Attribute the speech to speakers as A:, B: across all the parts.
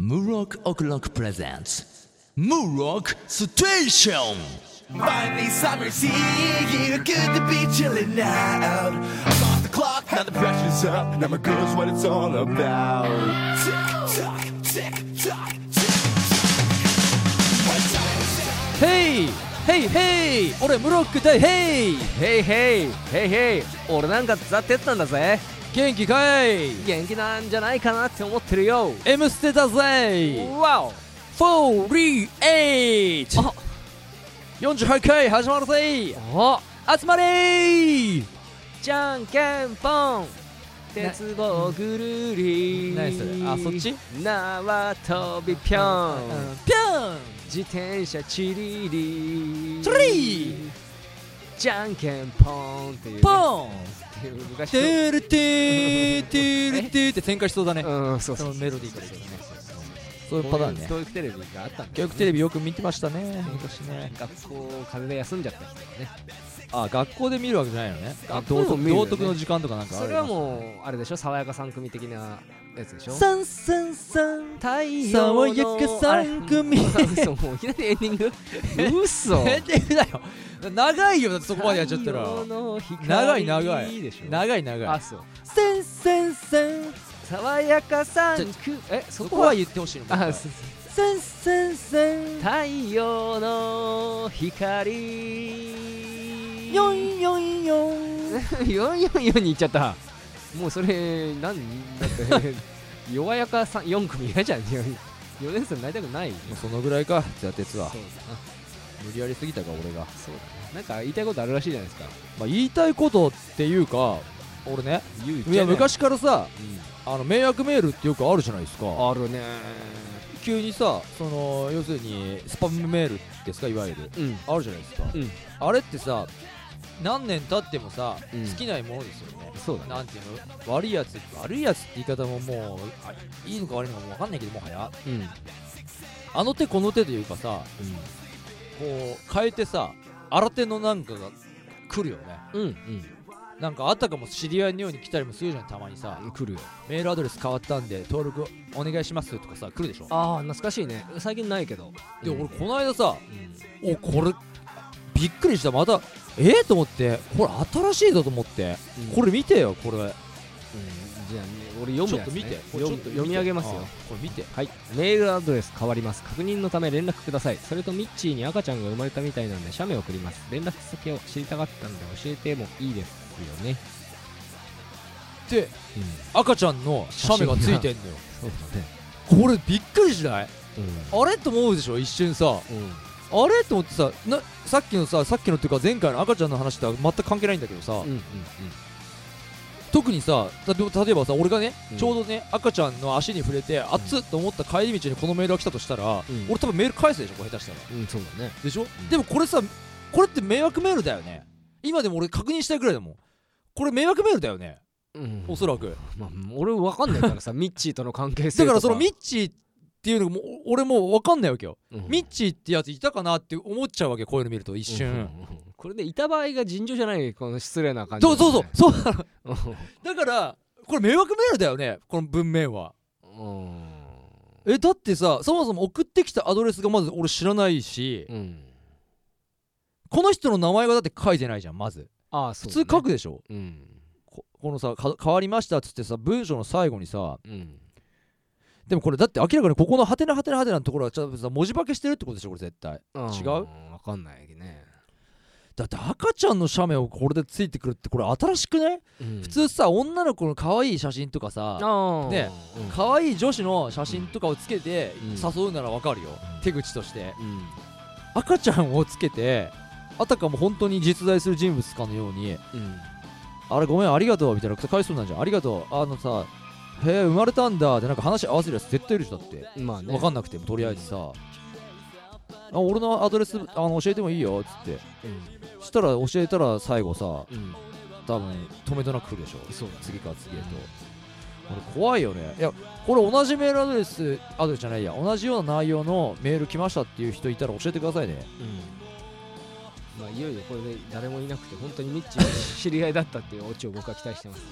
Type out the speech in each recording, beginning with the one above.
A: Murok O'Clock presents Murok Station!
B: Finally, summer's here. Good to be chilling out. I'm off the clock, now the pressure's up. Now my girl's what it's all about. Tick tock, tick tock, tick
C: ヘイヘイヘイ俺ムロック対ヘイ
D: ヘイヘイヘイヘイ俺なんかザ・テツなんだぜ
C: 元気かい
D: 元気なんじゃないかなって思ってるよ
C: M ステだぜ
D: わ
C: 438 48回始まるぜ
D: おお
C: 集まれ
D: じゃんけんぽん鉄棒ぐるり
C: 何それあそっち
D: 縄跳びぴょん
C: ぴょん
D: 自転車チリリ
C: チリ
D: じゃんけんぽんっていうね
C: ポン
D: っていう昔
C: ト
D: の
C: ゥルトゥートゥルトゥーって展開しそうだね
D: うんそう
C: そ
D: そう
C: のメロディーからそういうパターンね
D: 教育テレビがあったんだ
C: 教
D: よ
C: 育テレビよく見てましたね昔ね
D: 学校風で休んじゃったりとかね
C: あ学校で見るわけじゃないのねあ
D: 学校
C: 道
D: でも
C: 徳
D: 見るよね
C: 道徳の時間とかなんかある
D: それはもうあれでしょ爽やか3組的なやつでしょ
C: サンサンサン
D: 太陽
C: 爽
D: の
C: やか三組
D: あれ嘘もういきなりエンディング嘘
C: えってだよ長いよだってそこまでやっちゃったら
D: 太陽の光
C: 長い長い
D: でしょ
C: 長い長
D: あ
C: い
D: そう
C: センセンセン
D: 爽やか三組えそ
C: そ
D: こ
C: こ
D: は
C: は言ってほしいの
D: あそうそう
C: センセンセン
D: 太陽の光
C: ヨンヨンヨ ン
D: 444に行っちゃったもうそれ何だって 弱やかさん4組嫌じゃん4年生になりたくないよ
C: そのぐらいかじゃあ鉄は
D: そうだな
C: 無理やりすぎたか俺が
D: そうだねなんか言いたいことあるらしいじゃないですか
C: まあ言いたいことっていうか俺ね
D: 言う
C: いや昔からさあの迷惑メールってよくあるじゃないですか
D: あるね
C: 急にさその要するにスパムメールですかいわゆる
D: うん
C: あるじゃないですか
D: うん
C: あれってさ何年経ってもさ、
D: うん
C: 尽きないものですよね
D: そうだね
C: なんていうの悪いやつ悪いやつって言い方ももうあいいのか悪いのかもう分かんないけどもはや
D: うん
C: あの手この手というかさこう変えてさ新手のなんかが来るよね
D: うん
C: なんかあったかも知り合いのように来たりもするじゃんたまにさ
D: うん来るよ
C: メールアドレス変わったんで登録お願いしますとかさ来るでしょ
D: ああ懐かしいね最近ないけど
C: で
D: うん
C: 俺この間さ
D: うん
C: おこれびっくりしたまたえー、と思ってこれ新しいぞと思って
D: うん
C: これ見てよこれ
D: うんじゃあね俺読む
C: ちょ
D: や
C: っ
D: つ
C: と
D: ね
C: 見てこれ
D: 読
C: ちょ
D: む
C: っと見て
D: 読み上げますよ
C: あこれ見て
D: はい、メールアドレス変わります確認のため連絡くださいそれとミッチーに赤ちゃんが生まれたみたいなんで写メ送ります連絡先を知りたかったんで教えてもいいですよね
C: で
D: うん
C: 赤ちゃんの写メがついてんのよ
D: そうだね
C: これびっくりしない
D: うん
C: あれと思うでしょ一瞬さあれと思ってさなさっきのささっきのっていうか前回の赤ちゃんの話とは全く関係ないんだけどさ、
D: うんうんうん
C: 特にさた例えばさ俺がね、
D: うん
C: ちょうどね赤ちゃんの足に触れて熱っと思った帰り道にこのメールが来たとしたら、
D: うん
C: 俺多分メール返すでしょこれ下手したら
D: うんうんそうだね
C: でしょ、
D: ん
C: でもこれさこれって迷惑メールだよね今でも俺確認したいぐらいだもんこれ迷惑メールだよね、
D: うん
C: おそらく
D: まあ俺分かんない からさミッチーとの関係性
C: だ
D: と
C: からそのミッチーっていうのがもう俺もう分かんないわけよ、
D: うん
C: ミッチーってやついたかなって思っちゃうわけこういうの見ると一瞬、
D: うんうんうんこれでいた場合が尋常じゃないこの失礼な感じだ
C: そ
D: よ
C: う
D: ね、
C: そうそうそうなの
D: そ
C: だからこれ迷惑メールだよねこの文面は
D: うん
C: えだってさそもそも送ってきたアドレスがまず俺知らないし、
D: うん
C: この人の名前がだって書いてないじゃんまず
D: ああそ
C: 普
D: う
C: 通
D: だね、
C: 書くでしょ
D: うん
C: ここのさか変わりましたっつってさ文章の最後にさ
D: うん
C: でもこれだって明らかにここのハテナハテナハテナのところはちょっとさ文字化けしてるってことでしょこれ絶対違う
D: 分かんないね、
C: だって赤ちゃんの写メをこれでついてくるってこれ新しくね、
D: 普
C: 普通さ女の子の可愛い写真とかさ
D: あ
C: ね
D: うん
C: 可愛い女子の写真とかをつけて
D: うん
C: 誘うならわかるよ、
D: うん
C: 手口として
D: うん
C: 赤ちゃんをつけてあたかも本当に実在する人物かのよう
D: う
C: に
D: ん
C: あれごめんありがとうみたいな返しそうになんじゃんありがとうあのさへえ生まれたんだってなんか話合わせるやつ絶対いる人だって
D: まあね
C: 分かんなくてもとりあえずさあ俺のアドレスあの教えてもいいよっつって
D: うん
C: したら教えたら最後さ
D: うん
C: 多分止めとなく来るでしょ
D: そうだね
C: 次から次へと俺怖いよねいやこれ同じメールアドレスアドレスじゃないや同じような内容のメール来ましたっていう人いたら教えてくださいね
D: うんまあいよいよこれで誰もいなくて本当にミッチーが知り合いだったっていうオチを僕は期待してます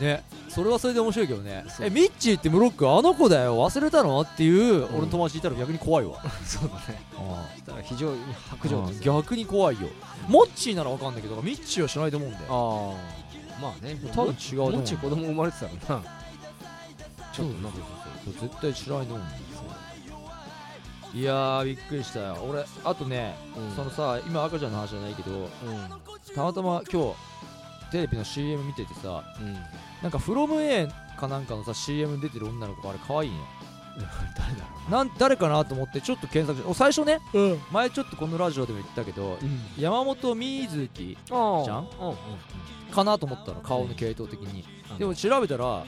C: ねそれはそれで面白いけどね
D: そう
C: えミッチーってムロックあの子だよ忘れたのっていう俺の友達いたら逆に怖いわ、
D: そうだね
C: あ
D: そしたら非常に白状
C: あ
D: です
C: 逆に怖いよモッチーならわかんないけどミッチーはしないと思うんだよ
D: ああまあね
C: 多分違うと思う
D: もし子供生まれてたらなちょっとなんか
C: 絶対しないと思うんだよいやーびっくりしたよ俺あとね、
D: うん
C: そのさ今赤ちゃんの話じゃないけど
D: うんうん
C: たまたま今日テレビの CM 見ててさなんか「FromA」かなんかのさ CM 出てる女の子があれ可愛いね
D: 誰だ
C: なん誰かなと思ってちょっと検索してお最初ね
D: ろううん
C: 前ちょっとこのラジオでも言ったけど山本美月
D: あ
C: ちゃん
D: うんうん
C: かなと思ったの顔の系統的に
D: うん
C: でも調べたら
D: うん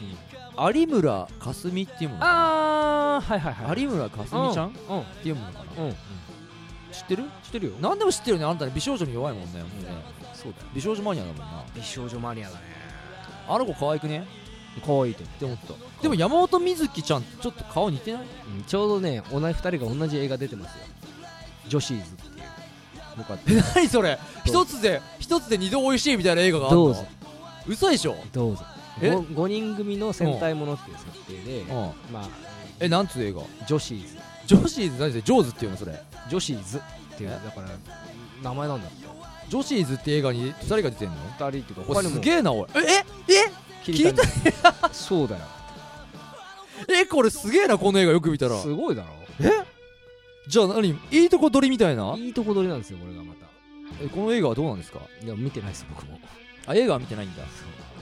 C: 有村架純っていうもの
D: ああはいはいはい
C: 有村架純ちゃんっ
D: うん
C: ていうものかな
D: うん
C: 知ってる
D: 知ってるよ
C: 何でも知ってるねあんたね美少女に弱いもんねもうね
D: そうだよ
C: 美少女マニアだもんな
D: 美少女マニアだね
C: あの子可愛くね
D: 可愛いと思
C: って思ったでも山本美月ちゃんってちょっと顔似 てないう
D: うんちょうどね同じ2人が同じ映画出てますよ女子ーズっていう僕は
C: え何それ
D: どう
C: 一つで一つで二度美味しいみたいな映画がある
D: どう
C: の
D: ぞ
C: 嘘でしょ
D: どうぞ
C: え
D: 5, 人組の戦隊ものっていう設定で、
C: うん
D: まあ
C: えなんつう映画
D: 女子ーズ
C: 女子ーズ何それジョーズっていうのそれ
D: 女子ーズっていう
C: え
D: だから名前なんだって
C: 女子ーズって映画に2人が出てんの
D: 2人っていうか
C: おい
D: に
C: す
D: も
C: げえなおいええ
D: 聞いたそうだよ
C: ええこれすげえなこの映画よく見たら
D: すごいだろ
C: じゃあ何いいとこ取りみたいない
D: いとこ取りなんですよこれがまた
C: えこの映画はどうなんですか
D: いや見てないです僕も
C: あ映画は見てないんだ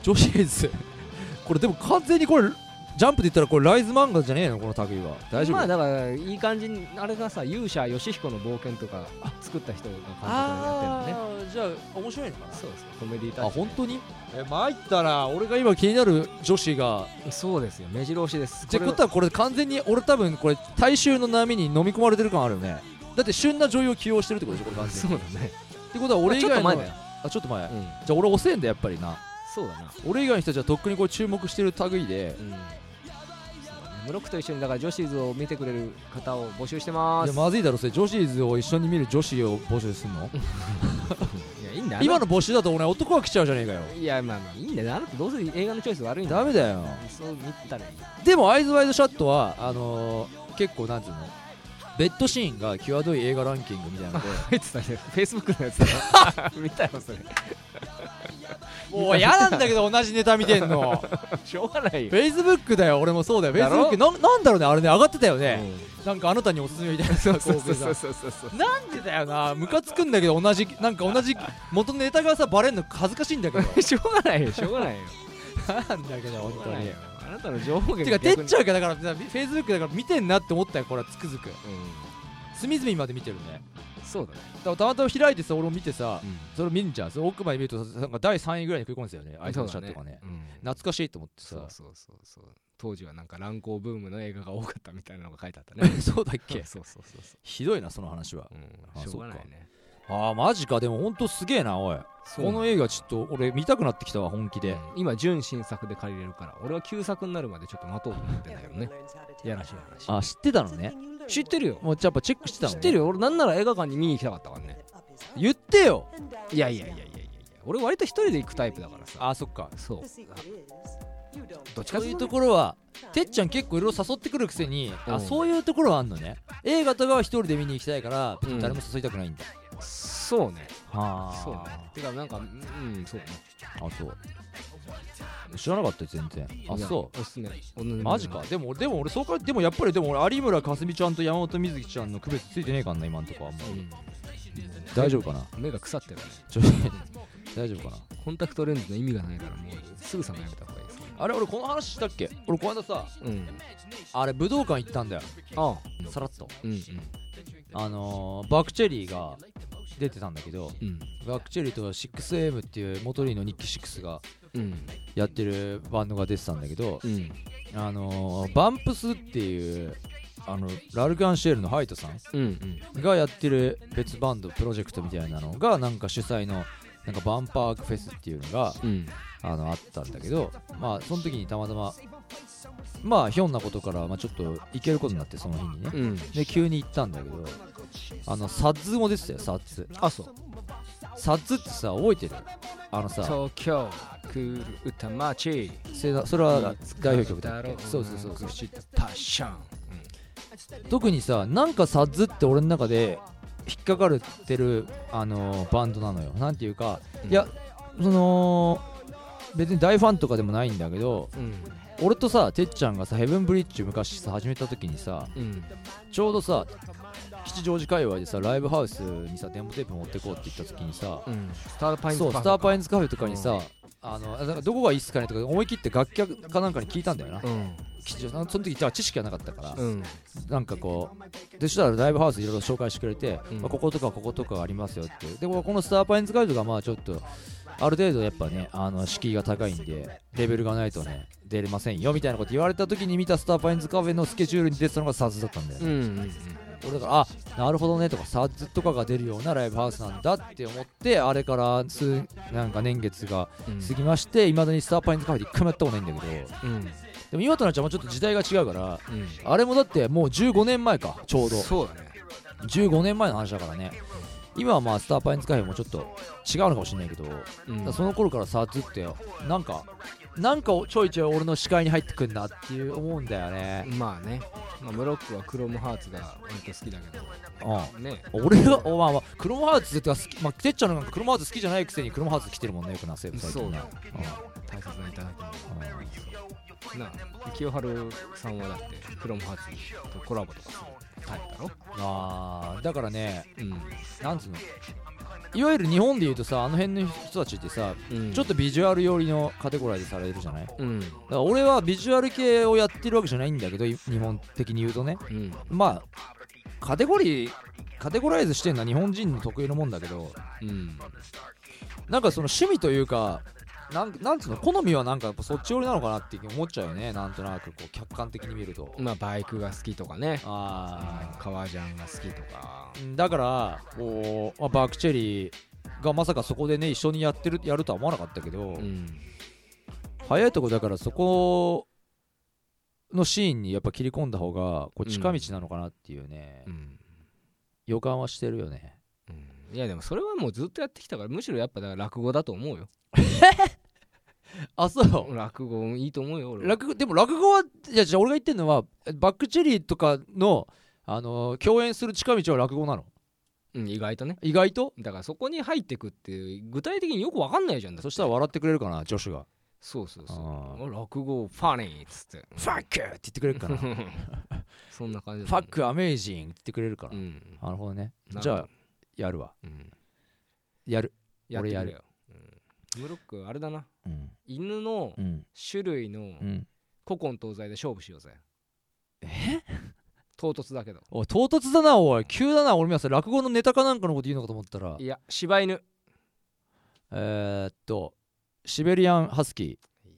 C: 女子ーズ これでも完全にこれジャンプで言ったらこれライズ漫画じゃねえのこの類は大丈夫
D: まあだからいい感じにあれがさ勇者ヨシヒコの冒険とか作った人が監督がやってるのね
C: ーじゃあ面白いのか
D: そうですコメディータ
C: あ
D: ッチ
C: 本当にえ参ったな俺が今気になる女子が
D: そうですよ目白押しです
C: ってことはこれ完全に俺多分これ大衆の波に飲み込まれてる感あるよねだって旬な女優を起用してるってことでしょこれ完全
D: そ
C: に
D: うだね
C: ってことは俺以
D: ちょっ
C: 外
D: と前
C: の
D: だよ
C: あちょっと前
D: うん
C: じゃあ俺遅えんだやっぱりな
D: そうだな
C: 俺以外の人たちはとっくにこう注目してる類で
D: うんそうだねムロックと一緒にだから女子図を見てくれる方を募集してま
C: い
D: す
C: やまずいだろそれ女子図を一緒に見る女子を募集するの
D: いやいいんだよ
C: 今の募集だと俺男が来ちゃうじゃねえかよ
D: いやまあまあいいんだよあなたどうせ映画のチョイス悪いんだ
C: ダメだよ
D: そう見たらいい
C: でも「アイズワイドシャットはあのー結構なんていうのベッドシーンが際どい映画ランキングみたいなので
D: 入ってたねフェイスブックのやつだな 見たよそれ
C: もう嫌なんだけど同じネタ見てん の
D: しょうがないよ
C: フェイスブックだよ俺もそうだよフェイ
D: だ
C: スブ
D: ろ
C: ックなんだろうねあれね上がってたよね、なんかあなたにおすすめみ たいなさ
D: そうそう
C: 広
D: そう
C: 告
D: そうそうそう
C: がなんでだよなムカつくんだけど同じなんか同じ元ネタがさバレんの恥ずかしいんだけど
D: しょうがないよしょうがないよ
C: なんだけど本当に
D: あなたの情報源
C: てかてっち
D: ゃ
C: ゃんがだからフェイスブックだから見てんなって思ったよこれはつくづく隅々まで見てるね
D: そうだね
C: だからたまたま開いてさ俺も見てさ
D: う
C: それ見んじゃんそれ奥まで見るとさなんか第3位ぐらいに食い込んでたよねアイ
D: ん
C: ズ
D: そ
C: ワ
D: う
C: イ
D: だ
C: ドシャッ
D: ね
C: トがね
D: うん
C: 懐かしいと思って
D: そ
C: さ
D: うそうそうそう当時はなんか乱行ブームの映画が多かったみたいなのが書いてあった ね
C: そうだっけ
D: そうそうそうそ
C: ひどいなその話は
D: ううん
C: あ
D: しょうがないね
C: ああマジかでもほんとすげえなおいこの
D: 映
C: 映画ちょっと俺見たくなってきたわ本気で
D: 今純新作で借りれるから俺は旧作になるまでちょっと待とうと思ってんだけどねやらしい話
C: あ知ってたのね
D: 知ってるよ
C: もうやっぱチェックしてたの
D: 知ってるよ俺なんなら映画館に見に行きたかったからね
C: 言ってよ
D: いやいやいやいやいやいや俺割と一人で行くタイプだからさ
C: あそっか
D: そうどっちかっ
C: そう
D: て
C: い
D: いうう
C: と
D: と
C: ころはてっちゃん結構いろいろ誘ってくるくせに
D: う
C: あ
D: ん
C: そういうところはあんのね映画とかは一人で見に行きたいから
D: うん
C: 誰も誘いたくないんだ
D: そうね
C: ああ
D: そうねてかなんかうんそうね
C: あそう知らなかったよ全然あそう
D: おすすめ同じ
C: マジかでも俺でも俺そうかでもやっぱりでも俺有村架純ちゃんと山本美月ちゃんの区別ついてねえかんな今んとこはもう大丈夫かな
D: 目が腐ってるね
C: ちょ 大丈夫かな
D: コンタクトレンズの意味がないからもうすぐさまやめた方がいいですね
C: あれ俺この話したっけ俺この間さ
D: うん
C: あれ武道館行ったんだよ
D: ああ
C: さらっと
D: うんうん
C: あのー、バクチェリーが出てたんだけど
D: うん
C: バクチェリーと 6AM っていう元リーの日記6が
D: うん
C: やってるバンドが出てたんだけど
D: うん
C: あのー、バンプスっていうあのラルカンシェルのハイトさん
D: うんうん
C: がやってる別バンドプロジェクトみたいなのがなんか主催のなんかバンパークフェスっていうのが
D: うん
C: あのあったんだけどまあその時にたまたままあひょんなことから、まあ、ちょっと行けることになってその日にね、
D: うん
C: で急に行ったんだけどあのサッズも出てたよサッズ
D: あそう
C: サッズってさ覚えてるあのさ
D: 東京クール歌町
C: せだそれは代表曲だっけそうそうそうそう
D: パッション、
C: 特にさなんかサッズって俺の中で引っかかるってる、あのーバンドなのよなんていうか
D: うん
C: いやその別に大ファンとかでもないんだけど
D: うん
C: 俺とさてっちゃんがさヘブンブリッジ昔さ始めた時にさ
D: うん
C: ちょうどさ吉祥寺界隈でさライブハウスにさデモテープ持ってこうって言った時にさ
D: うんスターパインズ
C: そう
D: パー
C: ス
D: カ
C: ターパインズカフェとかにさ、あのだからどこがいいっすかねとか思い切って楽曲かなんかに聞いたんだよな、
D: うん
C: 吉祥寺その時じゃあ知識がなかったから、
D: うん
C: なんかこうでそしたらライブハウスいろいろ紹介してくれて、
D: うん
C: まあこことかこことかがありますよっていうでこのスターパインズガイドがまあちょっとある程度やっぱねあの敷居が高いんでレベルがないとね出れませんよみたいなこと言われた時に見たスターパインズカフェのスケジュールに出てたのがサズだったんだよ
D: う
C: ね、
D: んうん
C: 俺だからあなるほどねとかサズとかが出るようなライブハウスなんだって思ってあれから数なんか年月が
D: うん
C: 過ぎましていまだにスターパインズカフェで一回もやったことないんだけど
D: うん
C: でも今となっちゃんもちょっと時代が違うから
D: うん
C: あれもだってもう15年前かちょうど
D: そうだね
C: 15年前の話だからね今はまあスターパインズカフェもちょっと違うのかもしれないけど、だか
D: うん
C: らその頃からサーツってなんかなんかちょいちょい俺の視界に入ってくんなっていう思うんだよね、
D: まあね、まあ、ブロックはクロムハーツが割と好きだけど
C: う
D: ね
C: ん、俺がおまあまあクロムハーツってか好き、まあ、てっちゃんなんかクロムハーツ好きじゃないくせにクロムハーツ来てるもんねよくなセーブ最
D: そ
C: 近
D: う
C: ね
D: だ大切ないただ
C: うんうん
D: きなあ清春さんはだってクロムハーツとコラボとかするタイプだろ
C: あーだからね
D: う
C: なんつうのいわゆる日本でいうとさあの辺の人たちってさ
D: ん、
C: ちょっとビジュアル寄りのカテゴライズされるじゃない
D: うん
C: だから俺はビジュアル系をやってるわけじゃないんだけどい日本的に言うとね
D: うん
C: まあカテゴリーカテゴライズしてるのは日本人の得意なもんだけど
D: うん
C: なんかその趣味というかなんなんつうの好みはなんかやっぱそっち寄りなのかなって思っちゃうよねなんとなくこう客観的に見ると
D: まあバイクが好きとかね
C: ああ
D: 革ジャンが好きとか
C: だからこう、まあ、バークチェリーがまさかそこでね一緒にやってるやるとは思わなかったけど、
D: うん
C: 早いとこだからそこのシーンにやっぱ切り込んだ方がこう近道なのかなっていうね、
D: うん、
C: 予感はしてるよね
D: いやでもそれはもうずっとやってきたからむしろやっぱだから落語だと思うよ
C: あそう
D: 落語いいと思うよ俺は
C: 落語でも落語はいやじゃあ俺が言ってるのはバックチェリーとかの、あのー共演する近道は落語なの
D: うん、意外とね
C: 意外と
D: だからそこに入ってくって具体的によくわかんないじゃんだって
C: そしたら笑ってくれるかな女子が
D: そうそうそう
C: あー
D: あ落語ファニーっつ って
C: 「ファック!」って言ってくれるかな「フ
D: そんな感じだ
C: ァックアメイジング!」って言ってくれるか
D: う
C: な、
D: ん
C: なるほどね
D: なるほど
C: じゃあやるわ
D: うん
C: やる俺
D: って
C: や
D: くれ
C: る
D: ようんムロックあれだな
C: うん
D: 犬の
C: うん
D: 種類の
C: うん
D: 古今東西で勝負しようぜえ唐突だけど
C: おい唐突だなおい急だな俺もさ落語のネタかなんかのこと言うのかと思ったら
D: いや柴犬
C: えーっとシベリアンハスキー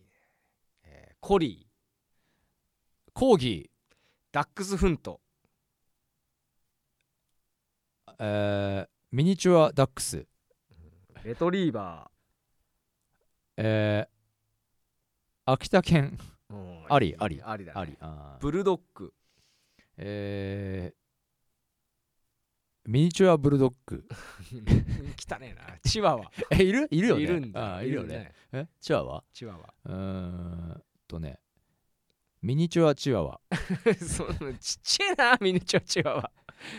D: えーコリー
C: コーギ
D: ダックスフント
C: ー、えーミニチュアダックス
D: レトリーバ
C: えー、秋田県
D: ーうん
C: ありあり
D: ありだね
C: ありあー
D: ブルドッグ
C: えー、ミニチュアブルドッグ
D: 汚ねえなチワワ
C: え いるいるよね
D: いるん
C: あ
D: だ
C: ーいるよねえチワワ
D: チワワ
C: うーんとねミニチュアチワワ
D: そのちっちゃいなミニチュアチワワ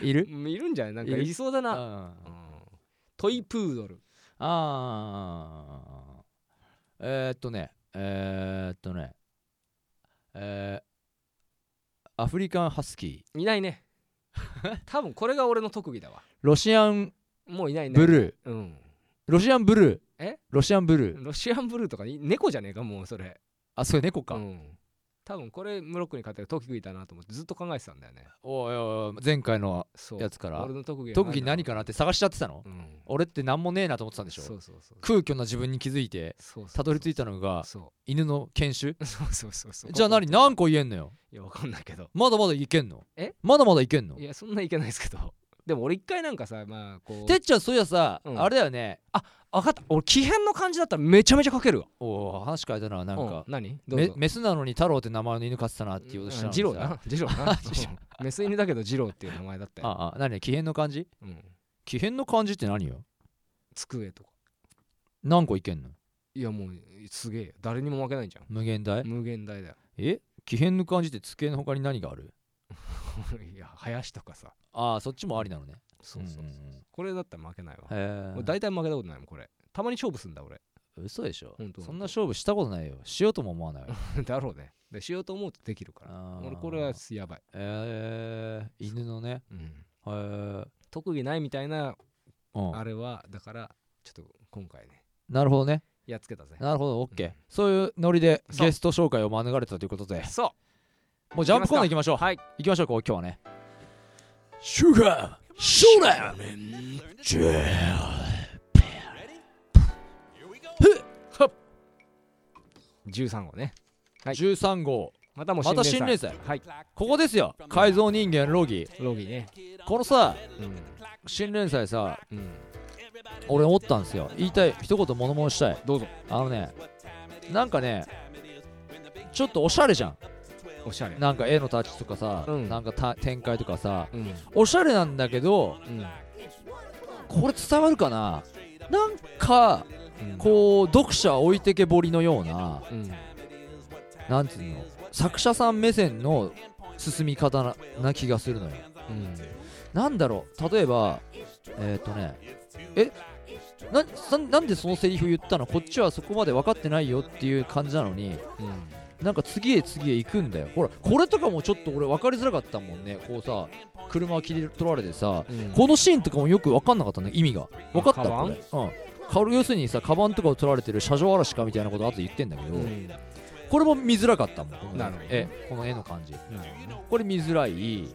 C: いる
D: うんいるんじゃないなん
C: い
D: か
C: る
D: いそうだな、
C: あ
D: う
C: ー
D: んトイプードル
C: あーえー、っとねえー、っとねえー、アフリカンハスキー
D: いない ね多分これが俺の特技だわ
C: ロシアン
D: もういないね
C: ブルー
D: うん
C: ロシアンブルー
D: え
C: ロシアンブルー
D: ロシアンブルーとかい猫じゃねえかもうそれ
C: あそれ猫か、
D: うん多分これムロックに勝てる特技だなと思ってずっと考えてたんだよね
C: おいおいおい前回の
D: そう
C: やつから
D: 俺の特技は
C: 特技何
D: だ
C: かなって探しちゃってた
D: ろ
C: の、
D: ううん
C: 俺って何もねえなと思ってたんでしょ
D: そうそうそう
C: 空虚な自分に気づいて
D: そうそう
C: たどり着
D: い
C: いたのが
D: そ
C: 犬の犬種
D: う そうそうそうそう
C: じゃあ何何個言えんのよ
D: いやわかんないけど
C: まだまだいけんの
D: え
C: まだまだいけんの
D: いやそんないけないですけど でも俺一回なんかさまあこう
C: てっちゃんそういやさ、
D: うん
C: あれだよね
D: あ分かった俺奇変の感じだったらめちゃめちゃ書けるわ
C: おお話変えたななんか
D: う、何どう
C: め
D: ぞ
C: メスなのに太郎って名前の犬飼ってたなっていうことしたのに
D: ジ
C: さ
D: ローな ジローなうんメス犬だけどジローっていう名前だったよ、
C: ああ何奇変の漢字
D: うん、
C: 奇変の漢字って何よ
D: 机とか
C: 何個いけんの
D: いやもうすげえよ誰にも負けないじゃん
C: 無限大
D: 無限大だよ
C: え奇変の漢字って机の他に何がある
D: いや林とかさ
C: ああそっちもありなのね
D: そうそうそう、
C: んんん
D: これだったら負けないわ
C: へ
D: 俺
C: え
D: 大体負けたことないもんこれたまに勝負すんだ俺
C: 嘘でしょ
D: 本当
C: そんな勝負したことないよしようとも思わないわ
D: だろうねでしようと思うとできるから
C: あ ー
D: 俺これはやばい、
C: えー、犬のね
D: うん、
C: へえー
D: 特技ないみたいな
C: うん
D: あれはだからちょっと今回ね
C: なるほどね
D: やっつけたぜ
C: なるほどオッケー、
D: うん
C: そういうノリで
D: そう
C: ゲスト紹介を免れたということで
D: そ
C: もうジャンプコーナー行きましょう
D: うはい
C: 行きましょうこう今日はね
A: シュガーショーラージェ
D: 13号ねはい
C: 13号
D: またもう
C: また
D: 新
C: 新
D: 連
C: 連
D: 載
C: 載
D: はい
C: ここですよ改造人間ロギ
D: ロギーね
C: このさ
D: うん
C: 新連載さ
D: うん
C: 俺思ったんですよ言いたい一言物申したい
D: どうぞ
C: あのねなんかねちょっとおしゃれじゃん
D: おしゃれ
C: なんか絵のタッチとかさ、
D: うん
C: なんかた展開とかさ
D: うん
C: おしゃれなんだけど
D: うん
C: これ伝わるかななんか
D: うん
C: こう読者置いてけぼりのような
D: うん
C: なんつうの作者さん目線の進み方なな気がするのよ
D: うん
C: なんだろう例えばえっ、とねえなさなんでそのセリフ言ったのこっちはそこまで分かってないよっていう感じなのに
D: うん
C: なんか次へ次へ行くんだよほらこれとかもちょっと俺分かりづらかったもんねこうさ車切り取られてさ
D: うん
C: このシーンとかもよく分かんなかったね意味が分かった
D: カバン
C: これうんか要するにさカバンとかを取られてる車上荒らしかみたいなこと後で言ってんだけど、
D: うん
C: これも見づらかったもんこの
D: なるほど
C: 絵この絵の感じ
D: なるほどね
C: これ見づらい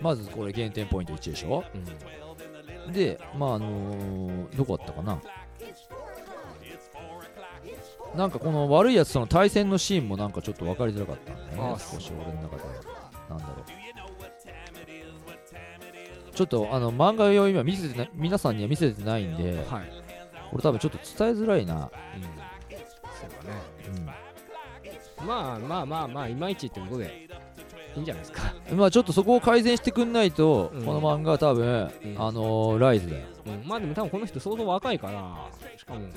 C: まずこれ減点ポイント1でしょ
D: うん
C: でまああのーどこあったかななんかこの悪いやつとの対戦のシーンもなんかちょっと分かりづらかったんだよ
D: あ
C: ね少し俺の中でなんだろうちょっとあの漫画を今見せてな皆さんには見せてないんで
D: はい
C: これ多分ちょっと伝えづらいな、
D: うんそうだね
C: う
D: まあまあまあまあいまいちってことでいいんじゃないですか
C: ん、まあちょっとそこを改善してくんないと、
D: うん
C: この漫画は多分、
D: ん
C: あのーライズだよ
D: うんまあでも多分この人相当若いからしかも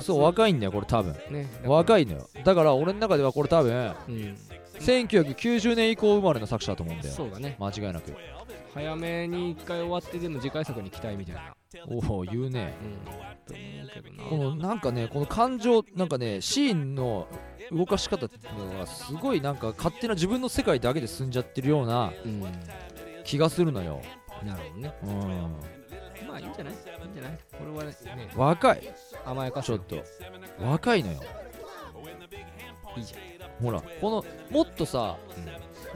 C: そう若いんだよこれ多分
D: いね
C: 若
D: い
C: いのよだから俺の中ではこれ多分
D: うん
C: 1990年以降生まれの作者だと思うんだよ
D: そうだね
C: 間違いなく
D: 早めに一回終わってでも次回作に期待みたいな
C: おお 言うね
D: うんと思うけどな
C: このなんかねこの感情なんかねシーンの動かし方っていうのがすごいなんか勝手な自分の世界だけで進んじゃってるような
D: うん
C: 気がするのよ、
D: なるほどね
C: うん、
D: まあいいんじゃないいいんじゃないこれはね
C: 若い
D: 甘やかし
C: ちょっと若いのよ
D: いいじゃん
C: ほらこのもっとさ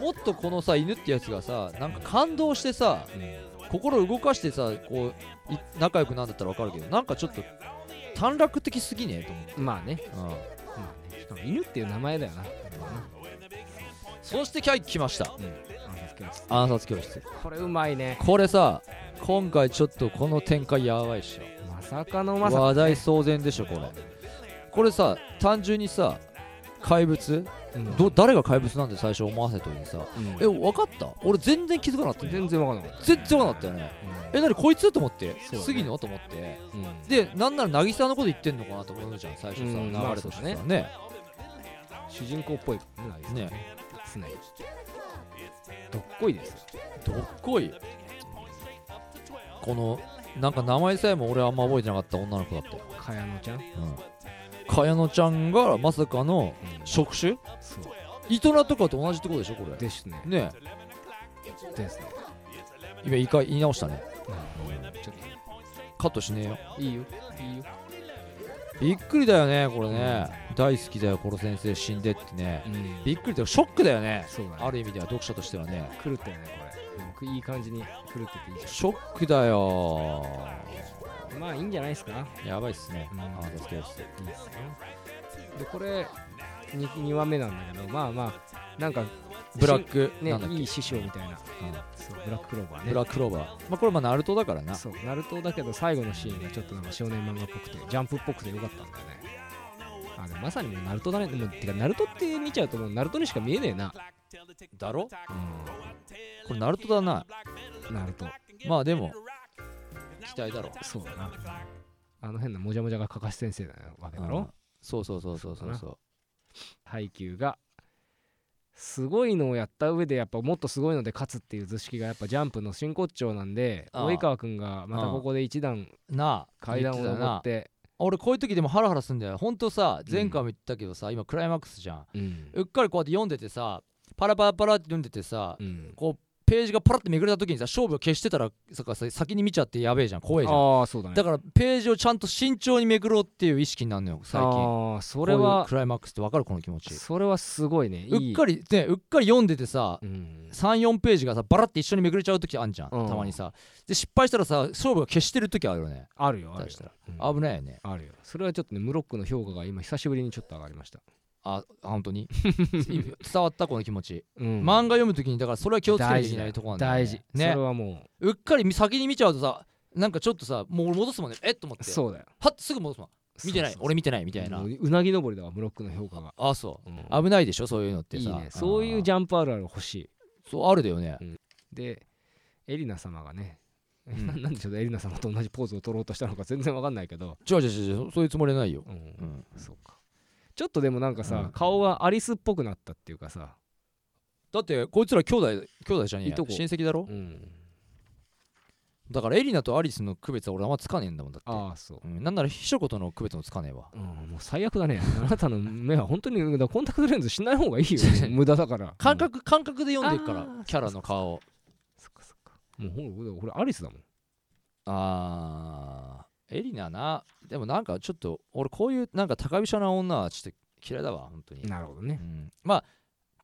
C: もっとこのさ犬ってやつがさなんか感動してさ心動かしてさこうい仲良くなんだったらわかるけどなんかちょっと短絡的すぎねと思って
D: うんまあね
C: うん
D: まあねしかも犬っていう名前だよな
C: そしてキャイ来ました暗殺教室
D: これうまいね
C: これさ今回ちょっとこの展開やばいっしょ
D: まさかのまさ
C: 話題騒然でしょこれこれさ単純にさ怪物
D: うん
C: ど誰が怪物なんて最初思わせといてさ
D: うん
C: え分かった俺全然気づかなかったよ
D: 全然わかんなかっ
C: 全然分かんなかったよね
D: た
C: え何こいつと思って
D: そう
C: 杉野と思って
D: うんうん
C: でなんなら渚のこと言ってんのかなと思うじゃん最初さ、
D: うん
C: 流れとしてさね
D: 主人公っぽいもんね
C: ね
D: 常にどっこいですよ
C: どっこいこのなんか名前さえも俺あんま覚えてなかった女の子だったよ、
D: かやのちゃん、うん、
C: うん、かやのちゃんがまさかの触手
D: そう
C: イトナとかと同じってことでしょこれ
D: ですね
C: ね
D: ですね、
C: 今一回言い直したね
D: うん、ちょっ
C: カットしねえよ
D: といいよいいよ、
C: びっくりだよねこれね大好きだよこの先生死んでってね
D: うん
C: びっくりだよショックだよね
D: そうだね
C: ある意味では読者としてはね
D: 狂ったよねこれ、うんいい感じに狂ってていいじ
C: ショックだよ
D: ゃんまあいいんじゃないですか
C: やばいっすね
D: うん
C: あなた好きです
D: いいですよでこれ 2, 2話目なんだけどまあまあなんか
C: ブラック
D: ね
C: なんだっけ
D: いい師匠みたいな、
C: うん
D: そうブラッククローバーね
C: ブラッククローバー、まあ、これまあナルトだからな
D: そうナルトだけど最後のシーンがちょっとなんか少年漫画っぽくてジャンプっぽくてよかったんだよねあでもまさにもうナルトだねでもてかナルトって見ちゃうともうナルトにしか見えねえな、
C: だろこれナルトだな
D: ナルト
C: まあでも期待だろ
D: そうだなあの変なもじゃもじゃがかかし先生なわけだ
C: う
D: ろ
C: んそうそうそうそうそうそう
D: 配球がすごいのをやった上でやっぱもっとすごいので勝つっていう図式がやっぱジャンプの真骨頂なんで
C: ああ
D: 及川君がまたここで一段
C: なあ
D: 階段を
C: 言ってた
D: 登
C: な
D: って
C: 俺こういう時でもハラハラすんだよほんとさ
D: うん
C: 前回も言ったけどさ、今クライマックスじゃん
D: うん
C: うっかりこうやって読んでてさパラパラパラって読んでてさ、
D: うん
C: こうページがパラってめくれた時にさ勝負を消してたらささ先に見ちゃってやべえじゃん怖いじゃん
D: ああそうだね
C: だからページをちゃんと慎重にめくろうっていう意識になるのよ最近
D: ああそ
C: こ
D: れ
C: うい
D: は
C: うクライマックスってわかるこの気持ち
D: それはすごいねいう
C: っ
D: い
C: かりねうっかり読んでてさ
D: うん
C: 34ページがさバラって一緒にめくれちゃう時あんじゃん、
D: うん
C: たまにさで失敗したらさ勝負が消してる時あるよね
D: あるよあるよ
C: 出したら
D: うん
C: 危ないよね
D: あるよそれはちょっとねムロックの評価が今久しぶりにちょっと上がりました
C: ああ本 当に伝わったこの気持ち、
D: うん
C: 漫画読む時にだからそれは気をつけなきゃいけないとこなんだよね
D: 大事そ
C: ね
D: れはも
C: うっかり先に見ちゃうとさなんかちょっとさもう俺戻すもんねえっと思っ
D: う
C: て
D: そうだよ
C: はっすぐ戻すもん見てな
D: そうそ
C: い
D: うそう
C: 俺見てないみたいな
D: もううなぎ登りだわムロックの評価が
C: あそううん危ないでしょそういうのって
D: いい
C: さ
D: ねそういうジャンプあるある欲しい
C: そうあるだよね
D: でエリナ様がね、
C: ん
D: ななんでちょっとエリナ様と同じポーズを取ろうとしたのか全然わかんないけど、
C: 違う違う違うそういうつもりはないよ
D: うん
C: うん
D: そうかちょっとでもなんかさ、
C: うん
D: 顔がアリスっぽくなったっていうかさ、
C: だってこいつら兄弟兄弟じゃねえや
D: いとこ
C: 親戚だろ
D: うん
C: だからエリナとアリスの区別は俺あんまつかねえんだもんだって
D: ああそう、
C: うんなんなら秘書子との区別もつかねえわ
D: うん、もう最悪だねあなたの目は本当にだからコンタクトレンズしない方がいい よ無駄だから
C: 感覚感覚で読んでいくか
D: あ
C: ら
D: ー
C: キャラの顔を
D: そっかそっかもうほら俺俺アリスだもん
C: あーエリナなでもなんかちょっと俺こういうなんか高飛車な女はちょっと嫌いだわ本当に
D: なるほどね
C: うんまあ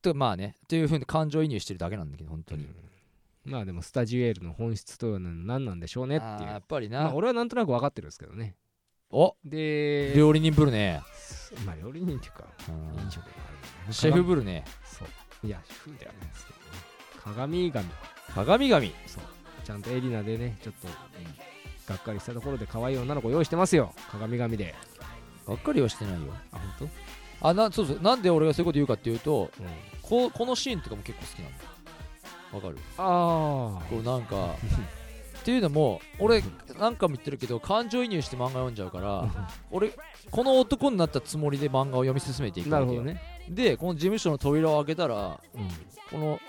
C: とまあねというふうに感情移入してるだけなんだけど本当に
D: まあでもスタジエールの本質とは何何なんでしょうねってい
C: あーや
D: う
C: っぱり
D: まあ
C: な
D: 俺はなんとなく分かってるんですけどね
C: お
D: で
C: 料理人ぶるね
D: まあ料理人っていうか
C: うん
D: 飲食があるね
C: シェフぶるね
D: そういやシェフではないですけどね鏡神
C: 鏡神
D: そうちゃんとエリナでねちょっと、がっかりしたところで可愛い女の子用意してますよ鏡神で
C: がっかりはしてないよ
D: あ本当？
C: あなそうそうなんで俺がそういうこと言うかっていうと
D: うん、
C: ここのシーンとかも結構好きなんだわかる
D: あ
C: こうなんか っていうのも俺何回も言ってるけど感情移入して漫画読んじゃうから俺この男になったつもりで漫画を読み進めていく
D: あ
C: んだ
D: な
C: よ
D: るほどね、
C: でこの事務所の扉を開けたら
D: うん
C: この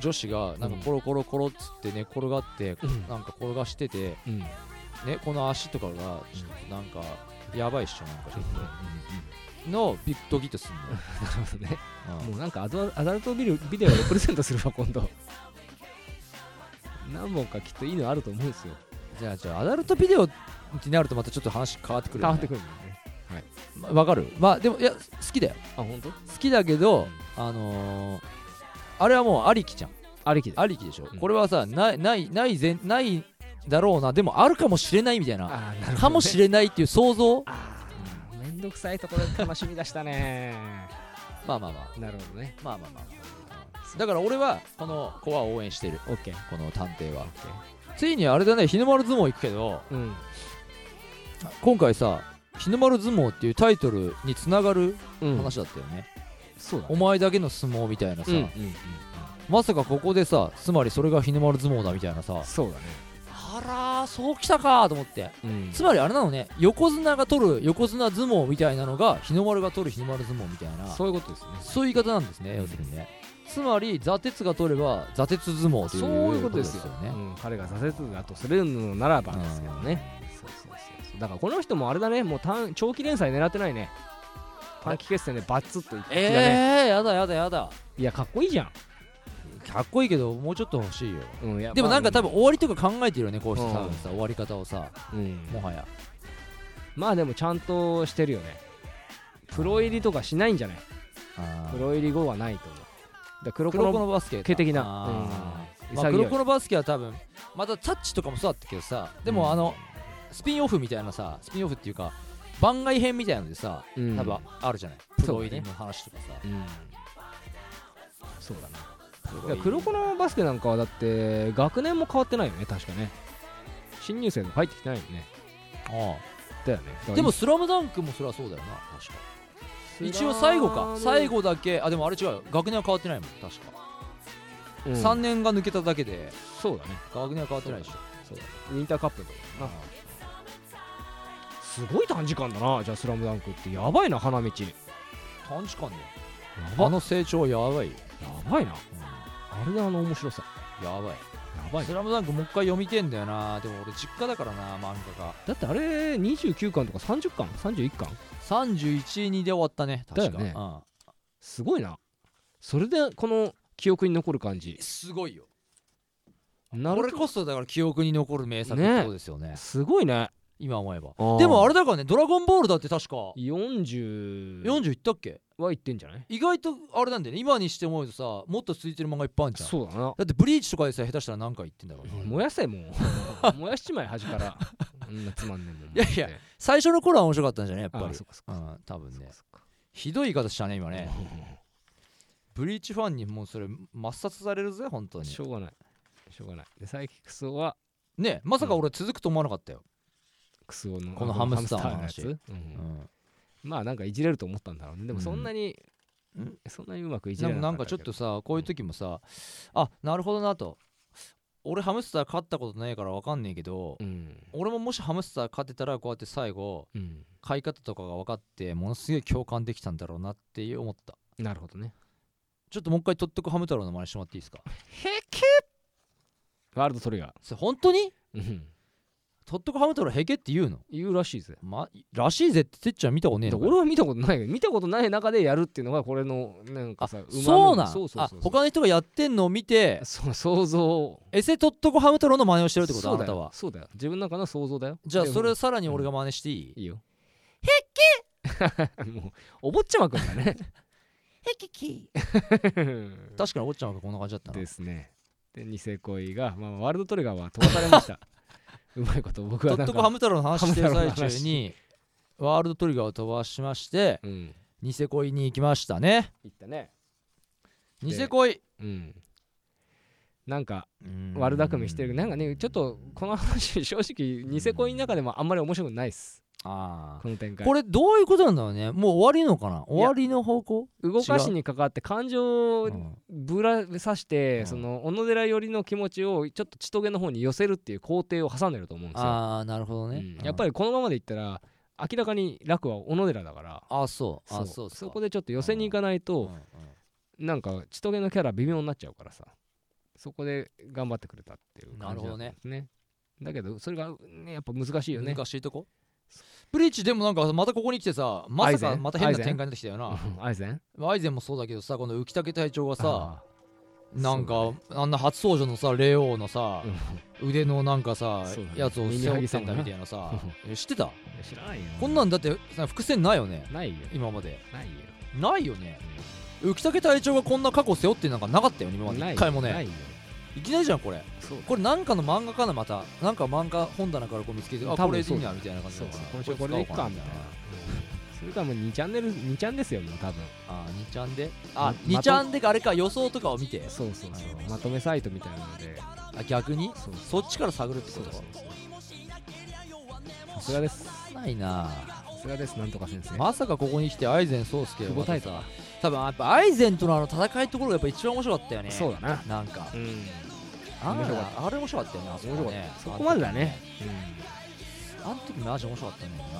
C: 女子がなんかコロコロコロっつって寝転がって、
D: うん
C: なんか転がしてて、
D: うん
C: ね、この足とかがちょっとなんかやばいっしょなんかちょっとのビッドギッとすん のよ、
D: なるほどね
C: うん
D: もうなんかアドアダルトビデオビデオでプレゼントするわ今度何本かきっといいのあると思うんですよ
C: じゃあじゃあアダルトビデオになるとまたちょっと話変わってくる
D: 変わ
C: よね、
D: ってくるんだよね
C: まわかるまあでもいや好きだよ
D: あ本当？
C: 好きだけどあのーあれはもうありきじゃん
D: ありきで
C: ありきでしょ、
D: うん
C: これはさないないないぜないだろうなでもあるかもしれないみたいな
D: あーなるほどね
C: かもしれないっていう想像
D: あーめんどくさいところで楽しみ出したね
C: まあまあま あ
D: なるほどね
C: まあまあまあだから俺はこの子は応援してる
D: オッケー
C: この探偵はついにあれだね日の丸相撲行くけど
D: うん
C: 今回さ日の丸相撲っていうタイトルにつながる話だったよね、
D: そうだ
C: お前だけの相撲みたいなさ、
D: うんうんうん
C: まさかここでさつまりそれが日の丸相撲だみたいなさ
D: そうだね
C: あらーそうきたかーと思って
D: うん
C: つまりあれなのね横綱が取る横綱相撲みたいなのが日の丸が取る日の丸相撲みたいな
D: そういうことですね
C: そういう言い方なんですね要するにねつまり座鉄が取れば座鉄相撲という
D: そういうことですよ
C: こ
D: ね
C: ね、
D: うん彼が挫折だとするのならばですけどねそうそうそうそうだからこの人もあれだねもう短長期連載狙ってないね短期決戦でバッツッといって
C: え
D: ね
C: えー、やだやだやだ
D: いやかっこいいじゃん
C: かっこいいけどもうちょっと欲しいよ
D: うんいや
C: でもなんか
D: ま
C: 多
D: あ
C: 分終わりとか考えてるよねこうして多
D: うん
C: 分さ終わり方をさ
D: うん
C: もはや
D: まあでもちゃんとしてるよねプロ入りとかしないんじゃない
C: あー
D: プロ入り後はないと思うだから黒子
C: 黒子
D: の
C: のバスケだ
D: 系的な
C: あー
D: うん
C: まあ、
D: 潔い
C: 黒子のバスケは多分またタッチとかもそうだったけどさでもあの、スピンオフみたいなさスピンオフっていうか番外編みたいなのでさ
D: うん
C: 多分あるじゃない、プロ入りの話とかさ
D: うんそうだな
C: プロ
D: い
C: 入
D: や
C: り
D: 黒子のバスケなんかはだって学年も変わってないよね確かね新入生の入ってきてないよね
C: あ
D: だよねだか
C: あ
D: ら
C: でも「スラムダンクもそれはそうだよな確か
D: スラム
C: 一応最後か最後だけあでもあれ違うよ学年は変わってないもん確か、
D: うん
C: 3年が抜けただけで
D: そうだね
C: 学年は変わってないでしょ
D: ウィンターカップのとかなすごい短時間だなじゃあ「スラムダンクってやばいな花道や
C: 短時間で
D: ば
C: あの成長やばいよ
D: やばいなあれであの面白さ
C: やばい
D: やばい
C: スラムダンクもう一回読みてんだよなでも俺実家だからな漫画が
D: だってあれ29巻とか30巻31巻
C: 312で終わったね確
D: だよ
C: か
D: ね
C: うん
D: すごいなそれでこの記憶に残る感じ
C: すごいよ
D: な
C: これ
D: るほ
C: こそだから記憶に残る名作ってことですよね
D: どすごいね
C: 今思えば
D: あー
C: でもあれだからね「ドラゴンボール」だって確か
D: 40
C: 40いったっけ
D: はいってんじゃない
C: 意外とあれなんだよね今にして思うとさもっと続いてる漫画いっぱいあるじゃん
D: そうだな
C: だってブリーチとかでさ下手したら何回言ってんだろうな
D: 燃やせもう 燃やしちまえ端 からあんなつまんねえもん
C: いやいや最初の頃は面白かったんじゃないやっ
D: あ
C: ぱ
D: あ
C: り
D: そっかそっ
C: う
D: かそっか
C: ん多分ね
D: そっか
C: ひどい言い方したね今ねブリーチファンにもうそれ抹殺されるぜ本当に
D: しょうがないしょうがないでサイキクソは
C: ねまさか俺続くと思わなかったよ、
D: クソの
C: このハムスターの
D: ハ
C: 話
D: ムスターのや
C: う
D: つうん
C: ん、
D: まあなんかいじれると思ったんだろうねでもそんなに
C: うん
D: そんなにうまくいじ
C: で
D: れ
C: も
D: な
C: なん
D: った
C: かちょっと
D: け
C: さこういう時もさ、あなるほどなと俺ハムスター勝ったことないからわかんねえけど、
D: どうん
C: 俺ももしハムスター勝てたらこうやって最後
D: うん
C: 飼い方とかが分かってものすげえ共感できたんだろうなっていう思った
D: なるほどね
C: ちょっともう一回とっとくハム太郎の真似してもらっていいですか
D: ワールドトリガ
C: それ本当に
D: ーうん
C: とっとくハム太郎平気って言うの
D: 言うらしいぜ
C: まらしいぜっててっちゃん見たことねえ
D: で
C: のかよ
D: 俺は見たことないけど見たことない中でやるっていうのがこれのなんか
C: あ
D: さまみ
C: そうなん
D: そうそう
C: あ
D: そうそう
C: 他の人がやってんのを見て
D: そう想像
C: エセとっとこハム太郎の真似をしてるってこと
D: そう
C: あ
D: だ
C: な
D: よ
C: たは
D: そうだよ自分の中の想像だよ
C: じゃあ
D: でも
C: それをさらに俺が真似していい、
D: いいよへっけ もうお坊ちゃまくんだね へっけき
C: 確かにおっちゃんがこんな感じだったな
D: ですねでニセ恋が、まあ、ワールドトリガーは飛ばされ ましたうまいこと僕は
C: と
D: なん
C: っとこハ
D: か
C: ム太郎の話してる
D: ハム
C: 最
D: 太郎の話
C: 中にワールドトリガーを飛ばしまして
D: うん
C: ニセ恋に行きましたね
D: 言ったね
C: ニセ恋
D: うんなんか悪巧みしてるなんかねちょっとこの話正直ニセ恋の中でもあんまり面白くないっす
C: あ
D: この展
C: あ
D: 開
C: これどういうことなんだろうねもう終わりのかな終わりの方向
D: 動かしにかかって感情を
C: うん
D: ぶらさして、
C: うん
D: その小野寺寄りの気持ちをちょっと千棘の方に寄せるっていう工程を挟んでると思うんですよ、
C: ああなるほどね、
D: うんやっぱ
C: り
D: りこのままでいったら明らかに楽は小野寺だから
C: ああそうああそうっすか
D: そこでちょっと寄せに行かないと、
C: うんうん
D: なんか千棘のキャラ微妙になっちゃうからさそこで頑張ってくれたっていう
C: な
D: 感
C: る
D: じな
C: ほど
D: ん
C: ね
D: ですねだけどそれが、ね、やっぱ難しいよね
C: 難しいとこブリーチでもなんかまたここに来てさまさ
D: アイ
C: か
D: ゼン
C: また変な展開になってきたよな
D: うんアイゼン
C: アイゼンもそうだけどさこの浮竹隊長が
D: あ
C: さ
D: ー
C: なんか
D: そ
C: あんな初登場のさ霊王のさ
D: うだね
C: 腕のなんかさ
D: そうだね
C: やつを背負ってんだみたいなさ
D: 右萩様ね
C: え知ってた
D: うんいや知らないよ
C: こんなんだってさ伏線ないよね
D: ないよ
C: 今まで
D: ないよ
C: ないよね浮竹隊長がこんな過去背負ってなんかなかったよね今ま
D: な
C: で
D: い
C: 一回も
D: な
C: ね
D: いよ
C: いきなりじゃんこれ
D: そうだ
C: これなんかの漫画かなまたなんか漫画本棚からこう見つけてあ
D: 多
C: これい
D: 分
C: い
D: そう
C: なみたいな感じ
D: そう
C: だか
D: そう
C: ら
D: 今週これでいっかみたいなそれかもう2チャンネル2チャンですよもう多分
C: あー、2ちゃんであ
D: ま、
C: 2ちゃんでかあれか予想とかを見て。
D: そうそうそうまとめサイトみたいなので
C: あ、逆に
D: そう
C: そっちから探るって
D: そ
C: こ
D: う
C: と
D: そうさ
C: は
D: すがですさ
C: ないなあ
D: すがですなんとか先生
C: まさかここに来てアイゼン宗介
D: 久
C: を
D: 保
C: ま
D: 太
C: た
D: 一
C: さ多分やっぱアイゼンとのあの戦いところがやっぱ一番面白かったよね
D: そうだな
C: なんか
D: うん
C: あ
D: 面白かっ
C: ああれ面白かったよなそこ
D: 面白か
C: ね
D: そこまでだね
C: あの時マジ面白かったんだよ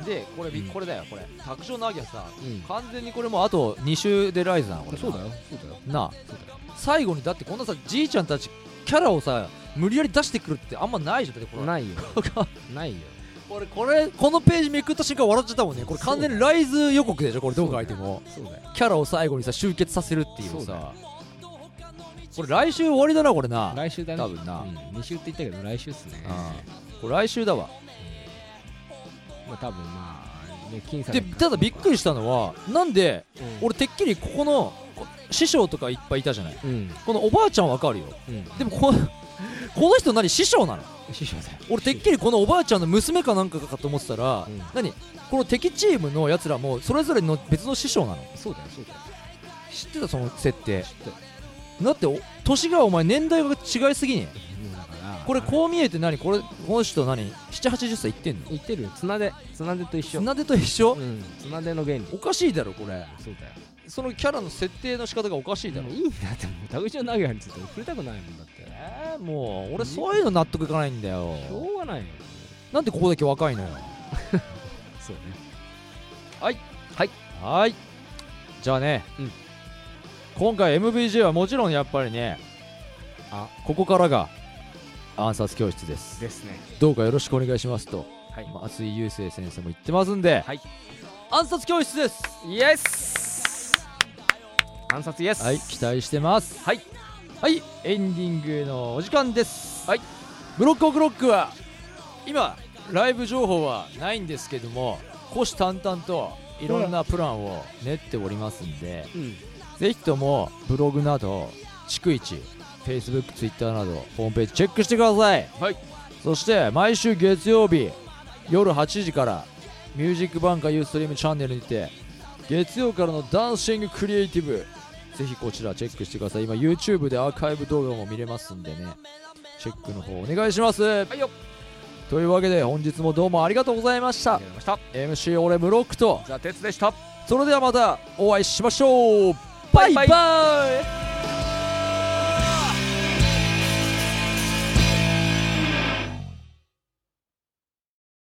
C: なでこれびこれだよこれ卓上のアギはさ
D: うん
C: 完全にこれもうあと2周でライズなのこれな
D: そうだよそうだよ
C: なあ
D: そうだよ
C: 最後にだってこんなさじいちゃんたちキャラをさ無理やり出してくるってあんまないじゃんだってこれ
D: ないよ
C: これ
D: ないよ
C: 俺これこのページめくった瞬間笑っちゃったもんねこれ完全にライズ予告でしょこれどう考えても
D: そうだよ
C: キャラを最後にさ集結させるっていう
D: そうだ
C: さ
D: よ
C: これ来週終わりだなこれな
D: 来週だね
C: 多分な
D: うん2週って言ったけど来週っすね
C: これ来週だわ
D: まあ多分まあね金さん
C: でただびっくりしたのはなんで
D: 俺
C: 俺てっきりここのこ師匠とかいっぱいいたじゃない
D: うん
C: このおばあちゃんわかるよ
D: うん
C: でもこの この人何師匠なの
D: 師匠だよ
C: 俺てっきりこのおばあちゃんの娘かなんかかと思ってたら、
D: うん
C: 何この敵チームのやつらもそれぞれの別の師匠なの
D: そうだよそうだよ
C: 知ってたその設定
D: ちょっと
C: だってお年がお前年代が違いすぎね
D: もうだから
C: これこう見えて何これこの人何780歳いってんの
D: 言ってるよ綱で綱でと一緒
C: 船出と一緒、
D: うん綱での原理
C: おかしいだろこれ
D: そうだよ
C: そのキャラの設定の仕方がおかしいだ
D: で
C: ろ、
D: もいいんだってもう田口の長屋について触れたくないもんだって
C: えーもう俺そういうの納得いかないんだよ
D: しょうがないよ
C: なんでここだけ若いのよ
D: そうね
C: はーいじゃあね、
D: うん
C: 今回 MVJ はもちろんやっぱりね
D: あ
C: ここからが暗殺教室です
D: ですね
C: どうかよろしくお願いしますと
D: はい
C: 松井雄生先生も言ってますんで、
D: はい
C: 暗殺教室です
D: イエス暗殺イエス
C: はい期待してます
D: はい
C: はいエンディングのお時間ですはいブロックオクロックは今ライブ情報はないんですけども虎視眈々といろんなプランを練っておりますんで、
D: うん
C: ぜひともブログなど逐一 Facebook、Twitter などホームページチェックしてください、
D: はい、
C: そして毎週月曜日夜8時からミュージックバンカーユーストリームチャンネルにて月曜からのダンシングクリエイティブぜひこちらチェックしてください今 YouTube でアーカイブ動画も見れますんでねチェックの方お願いします、はい
D: よ
C: というわけで本日もどうもありがとうございまし
D: あ
C: た
D: りがとうございました
C: MC 俺ムロックと
D: ザ・鉄でした
C: それではまたお会いしましょうバイバイ